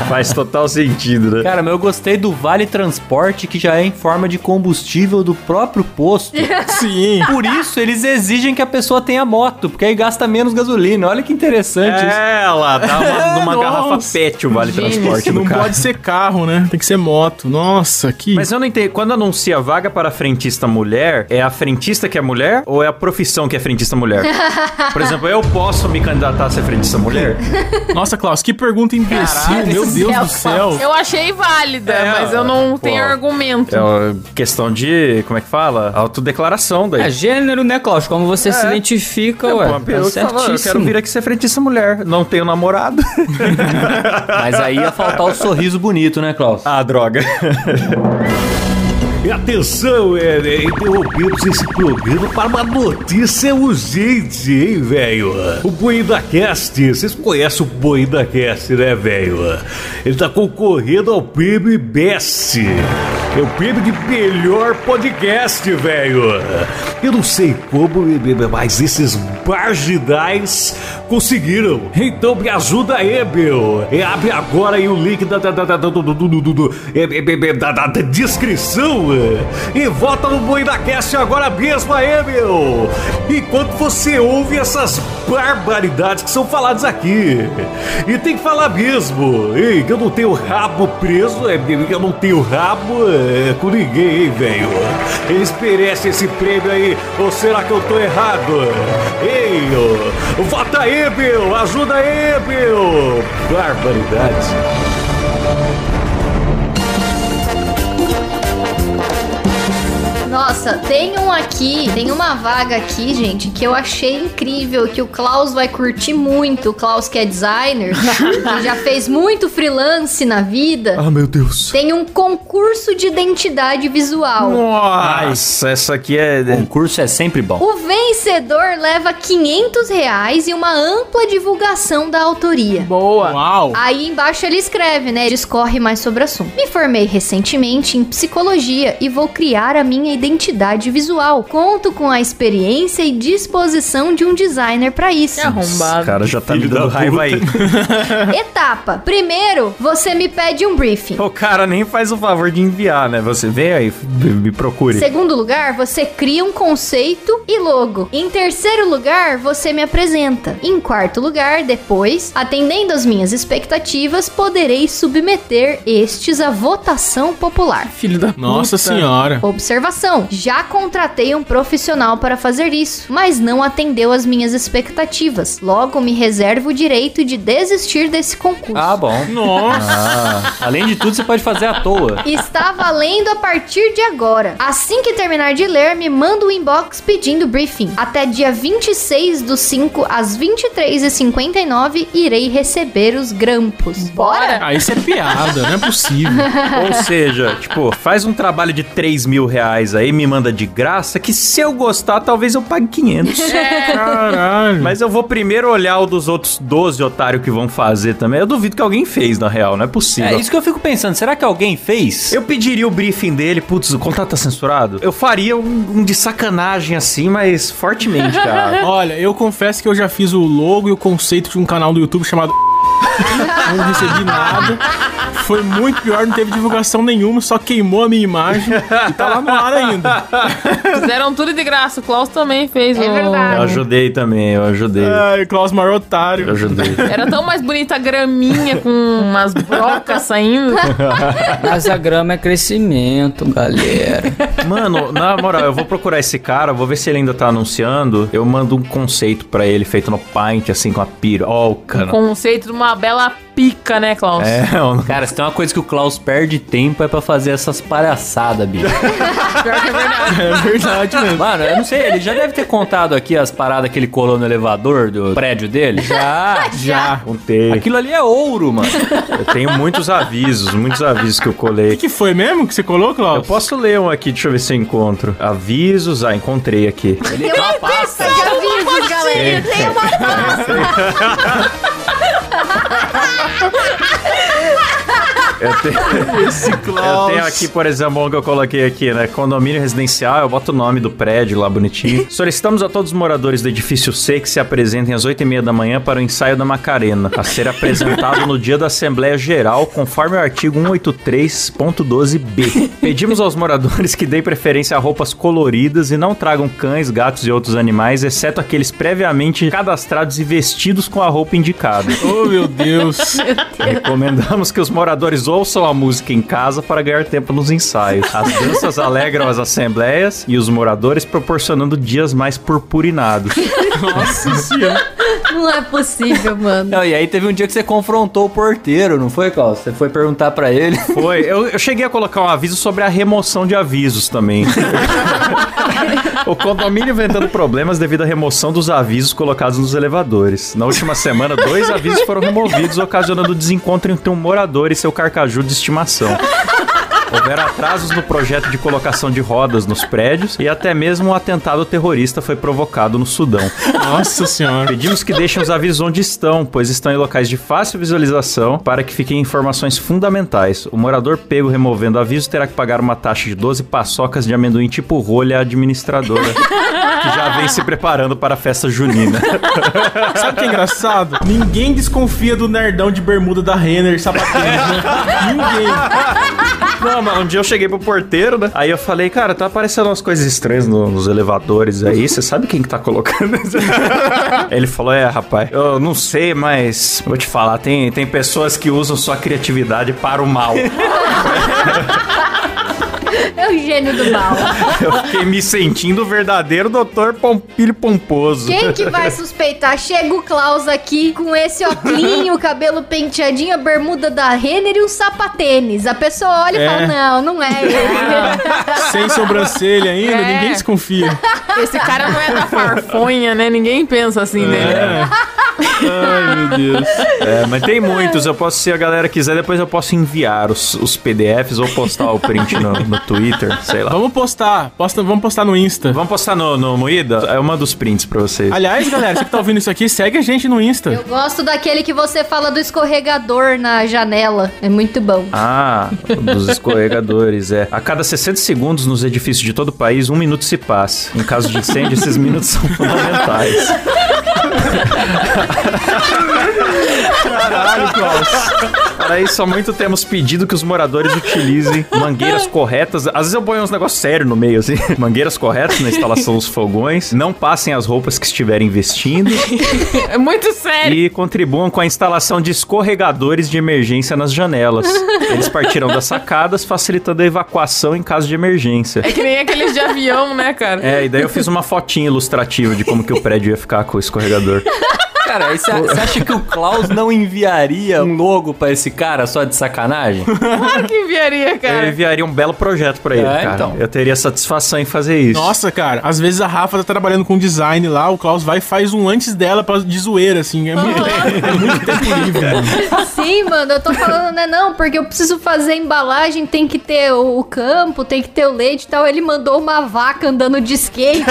A: Faz total sentido, né?
D: Cara, mas eu gostei do Vale Transporte que já é em forma de combustível do próprio posto.
B: Sim.
D: Por isso, eles exigem que a pessoa tenha moto, porque aí gasta menos gasolina. Olha que interessante isso.
A: É, ela dá uma, numa garrafa
B: Nossa.
A: pet o vale transporte
B: Não
A: do carro.
B: pode ser carro, né? Tem que ser moto. Nossa, que.
A: Mas eu não entendo. Quando anuncia vaga para frentista mulher, é a frentista que é mulher ou é a profissão que é frentista mulher? Por exemplo, eu posso me candidatar a ser frentista mulher?
B: Nossa, Klaus, que pergunta imbecil. Meu Deus do céu.
E: Eu achei válida,
A: É,
E: mas eu não
A: pô.
E: tenho argumento.
A: É uma questão de. Como é que fala? Autodeclaração daí.
F: É gênero, né, Klaus? Como você se identifica,
A: É,
F: ué.
A: pô, a
F: Tá
A: peruca fala, eu quero
F: certíssimo.
A: vir aqui ser frente essa mulher. Não tenho namorado.
D: Mas aí ia faltar o sorriso bonito, né, Klaus?
A: ah, droga.
G: E Atenção, é, é, interrompemos esse programa para uma notícia urgente, hein, velho? O Boinda Cast, vocês conhecem o Boinda Cast, né, velho? Ele tá concorrendo ao prêmio Best. É o prêmio de melhor podcast, velho. Eu não sei como, mas esses marginais conseguiram. Então me ajuda aí, meu. É, abre agora aí o link da, da, da, da, da, do- do- do- do- do- do- é, é, é, da, da- da descrição é. e vota no Boi da Cast agora mesmo aí, meu. Enquanto você ouve essas barbaridades que são faladas aqui. E tem que falar mesmo. Ei, que eu não tenho rabo preso, é, eu não tenho rabo é, com ninguém, hein, velho. Eles merecem esse prêmio aí. Ou será que eu tô errado? Ei, ô, vota aí, meu. Ajuda aí, meu. Barbaridades.
C: Nossa, tem um aqui, tem uma vaga aqui, gente, que eu achei incrível, que o Klaus vai curtir muito. O Klaus que é designer, que já fez muito freelance na vida.
A: Ah, meu Deus.
C: Tem um concurso de identidade visual.
A: Nossa, essa aqui é...
D: Concurso é sempre bom.
C: O vencedor leva 500 reais e uma ampla divulgação da autoria.
E: Boa.
B: Uau!
C: Aí embaixo ele escreve, né? Discorre mais sobre o assunto. Me formei recentemente em psicologia e vou criar a minha identidade visual. Conto com a experiência e disposição de um designer pra isso.
E: Que arrombado.
A: O cara já tá me
G: Filho da
A: dando raiva aí.
C: Etapa: primeiro, você me pede um briefing.
A: O cara nem faz o favor de enviar, né? Você vem aí, me me procure.
C: Segundo lugar, você cria um conceito e logo. Em terceiro lugar, você me apresenta. Em quarto lugar, depois, atendendo às minhas expectativas, poderei submeter estes à votação popular.
E: Filho da
B: Nossa
E: puta.
B: senhora.
C: Observação: já contratei um profissional para fazer isso, mas não atendeu às minhas expectativas. Logo, me reservo o direito de desistir desse concurso.
D: Ah, bom.
B: Nossa.
D: Ah, além de tudo, você pode fazer à toa.
C: Está valendo a partir de agora. Assim que terminar de ler, me manda um inbox pedindo briefing. Até dia 26 do 5 às 23h59 irei receber os grampos. Bora?
B: Aí isso é piada, não é possível.
A: Ou seja, tipo, faz um trabalho de 3 mil reais aí, me manda de graça, que se eu gostar, talvez eu pague 500.
B: Caralho.
A: Mas eu vou primeiro olhar o dos outros 12 otários que vão fazer também. Eu duvido que alguém fez, na real, não é
D: É
A: possível.
D: isso que eu fico pensando. Será que alguém fez?
A: Eu pediria o briefing dele, putz, o contato tá censurado? Eu faria um, um de sacanagem assim, mas fortemente, cara.
B: Olha, eu confesso que eu já fiz o logo e o conceito de um canal do YouTube chamado. não recebi nada. Foi muito pior, não teve divulgação nenhuma, só queimou a minha imagem e tá lá no ar ainda.
E: Fizeram tudo de graça. O Klaus também fez.
C: É
E: um-
C: verdade.
D: né?
A: Eu ajudei também, eu ajudei.
B: Ai, Klaus
A: Eu
B: Marotário.
A: ajudei.
E: Era tão mais bonita a graminha com umas brocas saindo.
F: Mas a grama é crescimento, galera.
A: Mano, na moral, eu vou procurar esse cara, vou ver se ele ainda tá anunciando. Eu mando um conceito pra ele feito no Paint, assim, com a piroca. né?
E: Conceito de uma bela pica, né, Klaus?
A: É, um-
D: Cara, se tem uma coisa que o Klaus perde tempo é pra fazer essas palhaçadas, bicho.
B: É verdade mesmo.
D: Mano, eu não sei, ele já deve ter contado aqui as paradas que ele colou no elevador do prédio dele. Já, já.
A: contei.
D: Aquilo ali é ouro, mano.
A: Eu tenho muitos avisos, muitos avisos que eu
B: O
A: colei.
B: que foi mesmo que você colocou, Klaus?
A: Eu posso ler um aqui, deixa eu ver se eu encontro. Avisos, ah, encontrei aqui.
D: Ele tá dá uma pasta.
C: De aviso, galera. Tem uma
A: Eu tenho, eu tenho aqui, por exemplo, um que eu coloquei aqui, né? Condomínio residencial, eu boto o nome do prédio lá bonitinho. Solicitamos a todos os moradores do edifício C que se apresentem às 8h30 da manhã para o ensaio da Macarena, a ser apresentado no dia da Assembleia Geral, conforme o artigo 183.12b. Pedimos aos moradores que deem preferência a roupas coloridas e não tragam cães, gatos e outros animais, exceto aqueles previamente cadastrados e vestidos com a roupa indicada.
B: Oh, meu Deus.
A: Recomendamos que os moradores ouçam a música em casa para ganhar tempo nos ensaios. As danças alegram as assembleias e os moradores proporcionando dias mais purpurinados.
B: Nossa senhora.
C: Não é possível, mano.
D: Não, e aí teve um dia que você confrontou o porteiro, não foi, Klaus? Você foi perguntar pra ele.
A: Foi. Eu, eu cheguei a colocar um aviso sobre a remoção de avisos também. o condomínio inventando problemas devido à remoção dos avisos colocados nos elevadores. Na última semana, dois avisos foram removidos, ocasionando desencontro entre um morador e seu carcaju de estimação. Houveram atrasos no projeto de colocação de rodas nos prédios e até mesmo um atentado terrorista foi provocado no Sudão.
B: Nossa senhora.
A: Pedimos que deixem os avisos onde estão, pois estão em locais de fácil visualização para que fiquem informações fundamentais. O morador pego removendo aviso terá que pagar uma taxa de 12 paçocas de amendoim tipo rolha à administradora, que já vem se preparando para a festa junina.
B: Sabe o que é engraçado? Ninguém desconfia do nerdão de bermuda da Renner, sapatinho. Ninguém.
A: Não, mas um dia eu cheguei pro porteiro, né? Aí eu falei, cara, tá aparecendo umas coisas estranhas no- nos elevadores aí. Você sabe quem que tá colocando isso? Ele falou, é, rapaz, eu não sei, mas vou te falar, tem, tem pessoas que usam sua criatividade para o mal.
C: É o gênio do mal.
A: Eu fiquei me sentindo o verdadeiro doutor Pompilho Pomposo.
C: Quem que vai suspeitar? Chega o Klaus aqui com esse oclinho, cabelo penteadinho, a bermuda da Renner e um sapatênis. A pessoa olha e
B: É.
C: fala: Não, não é ele.
B: Sem sobrancelha ainda,
E: É.
B: ninguém desconfia.
E: Esse cara não é da farfonha, né? Ninguém pensa assim nele.
B: É. Ai, meu Deus.
A: É, mas tem muitos. Eu posso, se a galera quiser, depois eu posso enviar os, os PDFs ou postar o print no, no Twitter, sei lá.
B: Vamos postar. Posta, vamos postar no Insta.
A: Vamos postar no, no Moída? Eu mando os prints pra vocês.
B: Aliás, galera, você que tá ouvindo isso aqui, segue a gente no Insta.
C: Eu gosto daquele que você fala do escorregador na janela. É muito bom.
A: Ah, dos escorregadores, é. A cada 60 segundos nos edifícios de todo o país, um minuto se passa. Em caso de incêndio, esses minutos são fundamentais. Caralho, Klaus. Para isso, há muito temos pedido que os moradores utilizem mangueiras corretas. Às vezes eu ponho uns negócios sérios no meio, assim. Mangueiras corretas na instalação dos fogões. Não passem as roupas que estiverem vestindo.
E: É muito sério.
A: e contribuam com a instalação de escorregadores de emergência nas janelas. Eles partirão das sacadas, facilitando a evacuação em caso de emergência.
E: É que nem aqueles de avião, né, cara?
A: É, e daí eu fiz uma fotinha ilustrativa de como que o prédio ia ficar com o escorregador.
D: Cara, aí você você acha que o Klaus não enviaria um logo pra esse cara só de sacanagem?
E: Claro que enviaria,
B: É,
A: Eu
E: cara.
A: enviaria um belo projeto pra ele,
D: É,
A: cara.
D: então.
A: Eu teria satisfação em fazer isso.
B: Nossa, cara, às vezes a Rafa tá trabalhando com design lá, o Klaus vai e faz um antes dela pra, de zoeira, assim. É muito, é muito tempo livre.
C: Sim, mano, eu tô falando, né? Não, porque eu preciso fazer a embalagem, tem que ter o, o campo, tem que ter o leite e tal. Ele mandou uma vaca andando de skate.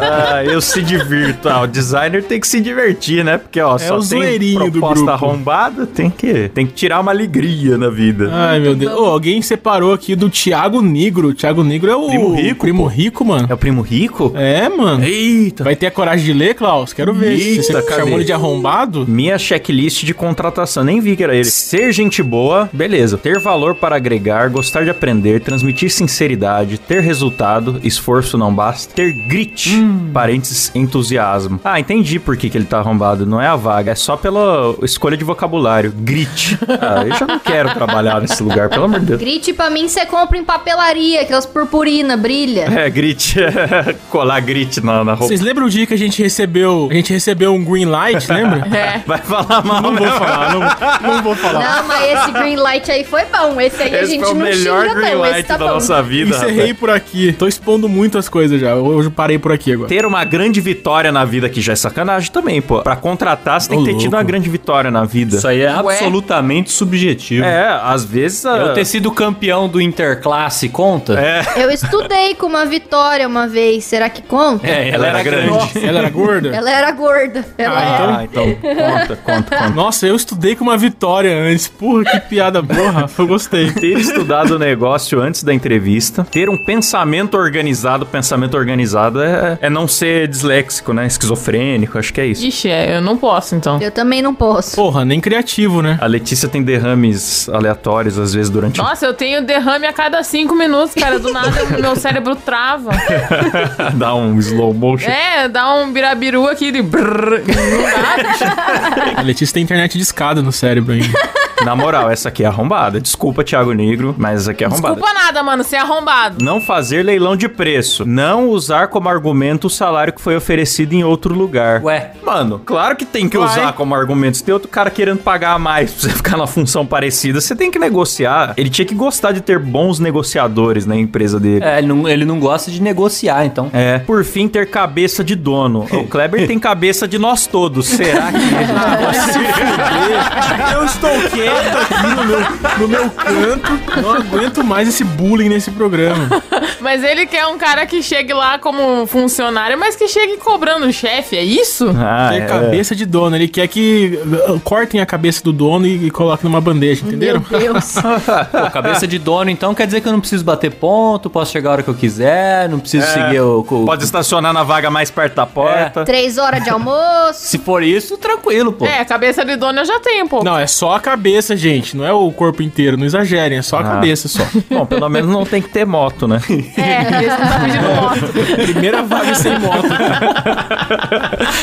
A: Ah, eu se divirto. Ah, o designer tem que se divertir, né? Porque, ó, só
B: É o
A: tem
B: zoeirinho do
A: proposta
B: grupo.
A: arrombada, tem que, tem que tirar uma alegria na vida.
B: Ai, meu Deus. Ô, alguém separou aqui do Thiago Negro. O Thiago Negro é o.
A: Primo rico,
B: Primo rico,
A: É
B: mano.
A: o primo rico?
B: É, mano.
A: Eita,
B: Vai ter a coragem de ler, Klaus? Quero ver.
A: Eita,
B: Você
A: cadê?
B: chamou ele de arrombado?
A: Minha checklist de contratação, nem vi que era ele. Ser gente boa, beleza. Ter valor para agregar, gostar de aprender, transmitir sinceridade, ter resultado, esforço não basta. Ter grit,
B: Hum.
A: parênteses, entusiasmo. Ah, entendi por que, que ele tá arrombado. Não é a vaga, é só pela escolha de vocabulário. Grit. Ah, eu já não quero trabalhar nesse lugar, pelo amor de Deus.
C: Grite pra mim, você compra em papelaria, aquelas purpurina, brilha.
A: É, grit. Colar grit na, na roupa.
B: Vocês lembram o dia que a gente recebeu. A gente recebeu um green light, lembra?
E: É.
A: Vai falar mal,
B: Não
A: né?
B: vou falar, não, não vou falar.
C: Não, mas esse green light aí foi bom. Esse aí a
A: Tá. Esse
C: gente
A: foi o
C: não
A: melhor
C: xinga,
A: green
C: não. Esse
A: light
C: tá
A: da
C: bom.
A: nossa vida. rapaz.
B: Encerrei por aqui. Tô expondo muitas coisas já. Hoje eu parei por aqui agora.
A: ter uma grande vitória na vida, que já é sacanagem também, pô. Pra contratar, você tem que ter tido
B: louco.
A: uma grande vitória na vida.
D: Isso aí é
E: Ué.
D: absolutamente subjetivo.
A: É, às vezes. a-
D: Eu ter sido campeão do Interclasse conta? É.
C: Eu estudei com uma vitória uma vez, será que conta?
A: Ela era grande.
B: Ela era gorda?
C: Ela era gorda. Ela
B: Ah,
C: era.
A: Ah, então conta, conta, conta.
B: Nossa, eu estudei com uma vitória antes. Porra, que piada boa, Rafa. Eu gostei.
A: Ter estudado o negócio antes da entrevista, ter um pensamento organizado, pensamento organizado é, é não ser disléxico, né? Esquizofrênico, acho que é isso.
E: Ixi, é, eu não posso, então.
C: Eu também não posso.
B: Porra, nem criativo, né?
A: A Letícia tem derrames aleatórios, às vezes, durante o
E: Nossa, eu tenho derrame a cada cinco minutos, cara. Do nada meu cérebro trava.
A: dá um slow motion.
E: É, dá um birabiru aqui de brrr.
B: A Letícia tem internet de escada no cérebro ainda.
A: Na moral, essa aqui é arrombada. Desculpa, Thiago Negro, mas essa aqui é arrombada.
E: Desculpa nada, mano, você é arrombado.
A: Não fazer leilão de preço. Não usar como argumento o salário que foi oferecido em outro lugar.
D: Ué.
A: Mano, claro que tem que
E: Vai.
A: usar como argumento. Se tem outro cara querendo pagar a mais pra você ficar na função parecida, você tem que negociar. Ele tinha que gostar de ter bons negociadores na empresa dele.
D: É, ele não, ele não gosta de negociar, então.
A: É. Por fim, ter cabeça de dono. O Kleber tem cabeça de nós todos. Será que
B: Eu estou quieto aqui no meu, no meu canto. Não aguento mais esse bullying nesse programa.
E: Mas ele quer um cara que chegue lá como funcionário, mas que chegue cobrando o chefe, é isso?
A: Ah,
B: Tem cabeça de dono. Ele quer que uh, cortem a cabeça do dono e, e coloquem numa bandeja,
C: Meu
B: entenderam?
C: Deus.
D: Pô, cabeça de dono, então quer dizer que eu não preciso bater ponto, posso chegar a hora que eu quiser, não preciso seguir o. o-
A: É, Pode estacionar na vaga mais perto da porta.
C: Três horas de almoço.
D: Se for isso, tranquilo, pô.
E: É, a cabeça de dono eu já tenho, pô.
B: Não, é só a cabeça, gente. Não é o corpo inteiro. Não exagerem. É só a cabeça só.
A: Bom, pelo menos não tem que ter moto, né?
E: É, eles não tá pedindo moto.
B: Primeira vaga sem moto.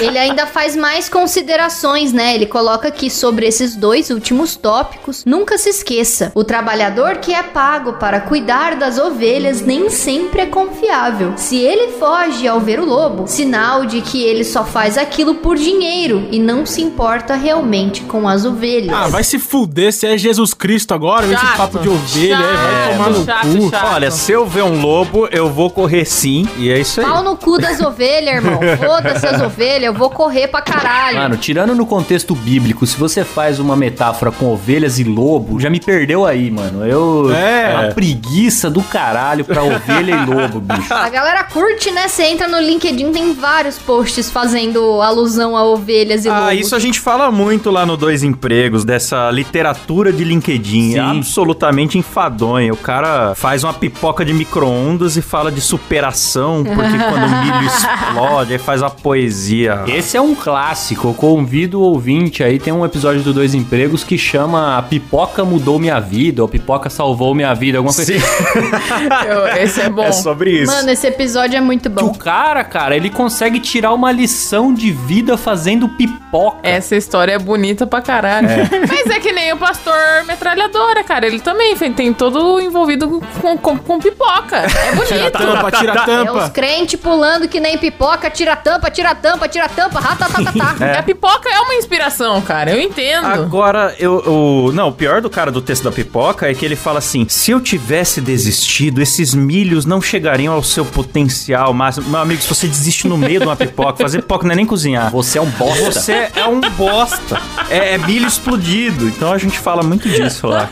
C: Ele ainda faz mais considerações, né? Ele coloca aqui sobre esses dois últimos tópicos. Nunca se esqueça: o trabalhador que é pago para cuidar das ovelhas nem sempre é confiável. Se ele foge ao ver o lobo, sinal de que ele só faz aquilo por dinheiro e não se importa realmente com as ovelhas.
B: Ah, vai se fuder. Você é Jesus Cristo agora? Vem Esse
E: Chato.
B: papo de ovelha. é, vai
E: Chato,
B: tomar no
E: chato,
B: cu.
E: chato.
A: Olha, se eu ver um lobo, eu vou correr sim. E é isso aí.
C: Pau no cu das ovelhas, irmão. Foda-se as ovelhas, eu vou correr pra caralho.
D: Mano, tirando no contexto bíblico, se você faz uma metáfora com ovelhas e lobo, já me perdeu aí, mano. Eu.
B: É.
D: Uma preguiça do caralho pra ovelha e lobo, bicho.
C: A galera curte, né? Você entra no LinkedIn, tem vários posts fazendo alusão a ovelhas e
A: Ah,
C: lobos.
A: isso a gente fala muito lá no Dois Empregos, dessa literatura de LinkedIn.
D: Sim.
A: É absolutamente enfadonha. O cara faz uma pipoca de micro-ondas e fala de superação, porque quando o milho explode, aí faz a poesia.
D: Esse é um clássico. Eu convido o ouvinte aí. Tem um episódio do Dois Empregos que chama A Pipoca Mudou Minha Vida, ou Pipoca Salvou Minha Vida, alguma coisa
A: Sim,
E: Eu- esse é bom.
A: é sobre isso.
C: Mano, esse episódio é muito
D: Que o
C: bom.
D: cara, cara, ele consegue tirar uma lição de vida fazendo pipoca.
E: Essa história é bonita pra caralho. Mas é que nem o pastor metralhadora, cara. Ele também fe- tem todo envolvido com, com- com pipoca. É
B: Tira a
E: bonito.
B: tampa, tira a
C: É os
B: tampa.
C: crentes pulando que nem pipoca, tira a tampa, tira a tampa, tira a tampa, ratatatatá.
E: A pipoca é Ah, uma inspiração, cara. Eu entendo.
A: Agora, eu, eu- Não, o pior do cara do texto da pipoca é que ele fala assim: se eu tivesse desistido, esses milhos não chegariam ao seu potencial máximo. Meu amigo, se você desiste no meio de uma pipoca, fazer pipoca não é nem cozinhar.
D: Você é um bosta.
A: Você é um bosta. É, é milho explodido. Então a gente fala muito disso lá.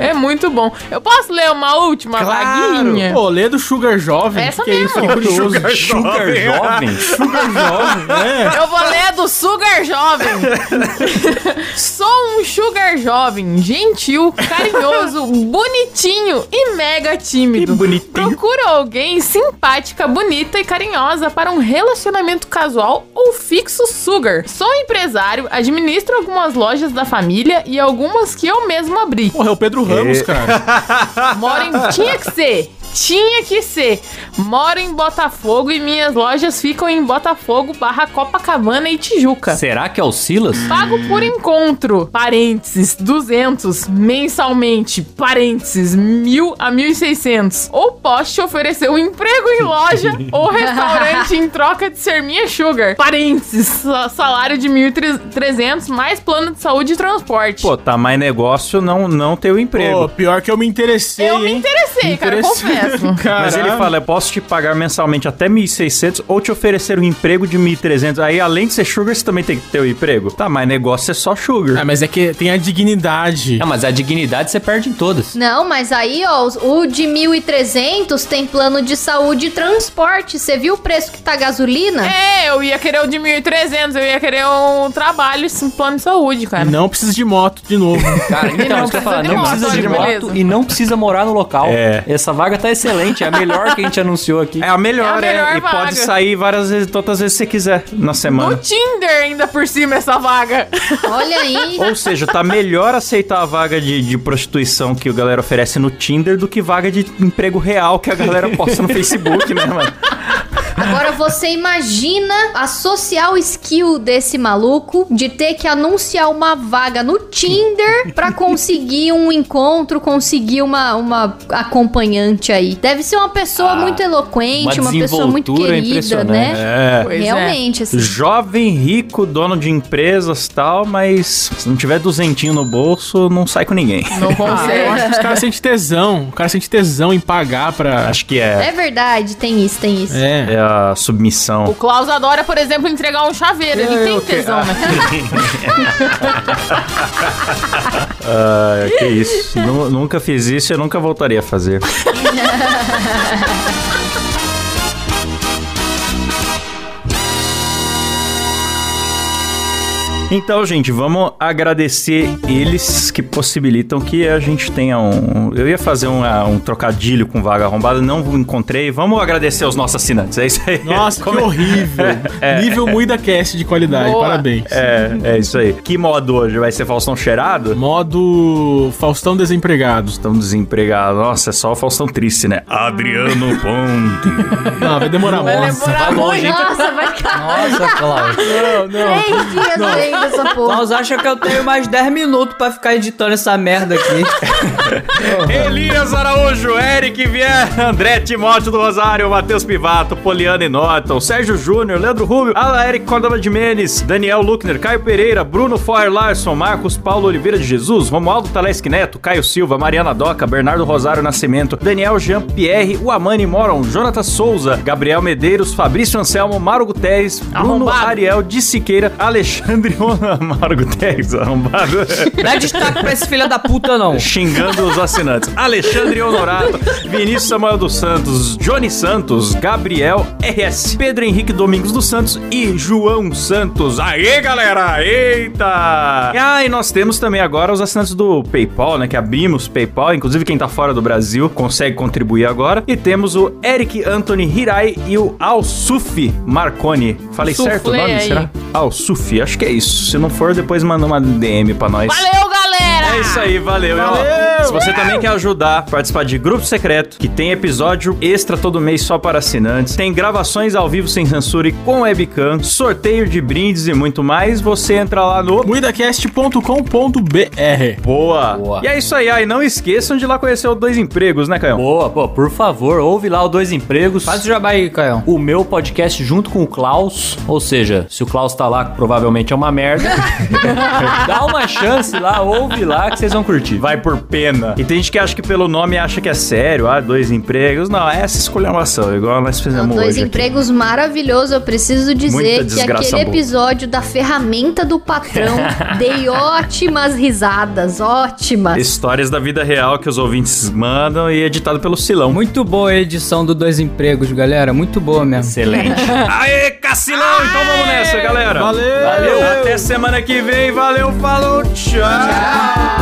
E: É muito bom. Eu posso ler uma última vaguinha?
B: Pô, lê do Sugar Jovem.
E: É Essa
B: que é
E: mesmo.
B: isso? Que curioso.
A: Sugar
D: Sugar jovem.
E: Eu vou ler a do Sugar Jovem. Sou um Sugar Jovem, gentil, carinhoso, bonitinho e mega tímido.
A: Que bonitinho.
E: Procuro alguém simpática, bonita e carinhosa para um relacionamento casual ou fixo Sugar. Sou empresário, administro algumas lojas da família e algumas que eu mesmo abri.
B: Porra, é o Pedro Ramos, cara.
E: Moro em. Tinha que ser! Tinha que ser! Moro em Botafogo e minhas lojas ficam em Botafogo, barra Copacabana e Tijuca.
D: Será que é o Silas?
E: Pago por encontro, parênteses, 200 mensalmente, parênteses, 1.000 a 1.600. Ou posso te oferecer um emprego em loja ou restaurante em troca de ser minha sugar, parênteses, sa- salário de 1.300 mais plano de saúde e transporte.
A: Pô, tá mais negócio não, não ter o
B: Pô,
A: emprego.
B: pior que eu me interessei,
E: eu me
B: hein?
E: interessei, cara, confesso.
A: Mas ele fala, eu posso te pagar mensalmente até 1.600 ou te oferecer um emprego de 1.300. Aí, além de ser sugar, você também tem que ter o emprego. Tá, mas negócio é só sugar.
B: Ah, mas é que tem a dignidade.
D: Ah, mas a dignidade você perde em todas.
C: Não, mas aí, ó, os- o de 1.300 tem plano de saúde e transporte. Você viu o preço que tá a gasolina?
E: É, eu ia querer o de 1.300, eu ia querer um trabalho sem plano de saúde, cara.
B: Não precisa de moto de novo.
D: Cara, então,
E: não
D: isso que eu
E: precisa
D: falo,
E: de
D: não
E: moto,
D: precisa de
E: olha,
D: moto
E: beleza.
D: e não precisa morar no local.
A: É.
D: Essa vaga tá excelente, é a melhor que a gente anunciou aqui.
A: É a melhor,
E: É a melhor
A: é. E
E: vaga.
A: pode sair várias vezes, todas as vezes que você quiser na
E: No
A: semana.
E: Tinder ainda por cima essa vaga.
C: Olha aí.
A: Ou seja, tá melhor aceitar a vaga de, de prostituição que a galera oferece no Tinder do que vaga de emprego real que a galera posta no Facebook, né, mano?
C: Agora você imagina a social skill desse maluco de ter que anunciar uma vaga no Tinder pra conseguir um encontro, conseguir uma, uma acompanhante aí. Deve ser uma pessoa muito eloquente, uma,
D: uma
C: pessoa muito
D: desenvoltura
C: querida,
D: impressionante.
C: né?
A: É.
E: Pois é.
C: Realmente, assim.
A: Jovem, rico, dono de empresas tal, mas se não tiver duzentinho no bolso, não sai com ninguém.
E: Não
B: Ah, eu acho
E: consegue.
B: que os caras sentem tesão. O cara sente tesão em pagar pra.
A: Acho que é,
C: É verdade, tem isso, tem isso.
B: É.
A: é a
E: O
A: submissão.
E: Klaus adora, por exemplo, entregar um chaveiro.
B: É,
E: Ele tem tesão, né?
A: Ah, que isso. Nu- nunca fiz isso e eu nunca voltaria a fazer. Então, gente, vamos agradecer eles que possibilitam que a gente tenha um. Eu ia fazer um, ah, um trocadilho com vaga arrombada, não encontrei. Vamos agradecer aos nossos assinantes, é isso aí.
B: Nossa, que
A: Como-
B: horrível. Nível Muida Cast de qualidade,
E: Boa.
B: parabéns.
A: É, é isso aí. Que modo hoje? Vai ser Faustão cheirado?
B: Modo Faustão desempregado.
A: Faustão desempregado. Nossa, é só o Faustão triste, né? Adriano Ponte.
B: Não, vai demorar
E: Vai
B: muito.
E: demorar muito.
C: Nossa, vai ficar
F: Nossa, Klaus.
B: Não, não.
C: três dias além dessa porra.
F: Klaus acha que eu tenho mais 10 minutos pra ficar editando essa merda aqui.
A: Elias Araújo, Eric Vieira, André Timóteo do Rosário, Matheus Pivato, Poliana e Norton, Sérgio Júnior, Leandro Rubio, Ala Eric Cordova de Menes, Daniel Luckner, Caio Pereira, Bruno Foyer Larson, Marcos Paulo Oliveira de Jesus, Romualdo Talesc Neto, Caio Silva, Mariana Doca, Bernardo Rosário Nascimento, Daniel Jean-Pierre, Uamani Moron, Jonathan Souza, Gabriel Medeiros, Fabrício Anselmo, Mauro Guterres, Bruno
E: Arrombado.
A: Ariel de Siqueira, Alexandre Mauro Guterres, arrombado.
F: Não é destaque pra esse filho da puta, não.
A: xingando os assinantes. Alexandre Honorato, Vinícius Samuel dos Santos, Johnny Santos, Gabriel RS, Pedro Henrique Domingos dos Santos e João Santos. Aê, galera! Eita! Ah, e nós temos também agora os assinantes do PayPal, né? Que abrimos PayPal, inclusive quem tá fora do Brasil consegue contribuir agora. E temos o Eric Anthony Hirai e o Alsuf Marconi. Falei
E: Suflê
A: certo o nome,
E: aí.
A: será? Alsuf, acho que é isso. Se não for, depois manda uma DM pra nós.
E: Valeu, galera!
A: É isso aí, valeu. É! E, ó,
B: Valeu!
A: Se você também quer ajudar a participar de grupo secreto, que tem episódio extra todo mês só para assinantes, tem gravações ao vivo sem censura e com webcam, sorteio de brindes e muito mais, você entra lá no
B: Muidacast.com.br
A: Boa.
D: Boa.
A: E é isso aí, aí não esqueçam de ir lá conhecer os dois empregos, né, Caio?
D: Boa, pô, por favor, ouve lá o Dois Empregos.
F: Faz o jabá aí, Caião.
D: o meu podcast junto com o Klaus. Ou seja, se o Klaus tá lá, provavelmente é uma merda. Dá uma chance lá, ouve lá que vocês vão curtir.
A: Vai por pena. E tem gente que acha que pelo nome acha que é sério, ah, dois empregos. Não, é essa escolhamação, igual nós fizemos
C: Dois
A: hoje. aqui.
C: empregos maravilhosos, eu preciso dizer que
A: desgraça
C: aquele
A: boa.
C: episódio da ferramenta do patrão dei ótimas risadas, ótimas.
A: Histórias da vida real que os ouvintes mandam e editado pelo Silão.
F: Muito boa a edição do Dois Empregos, galera. Muito boa mesmo.
D: Excelente.
A: Aê, Cacilão! Então vamos nessa, galera.
B: Valeu!
A: Valeu! Até semana que vem. Valeu, falou, tchau.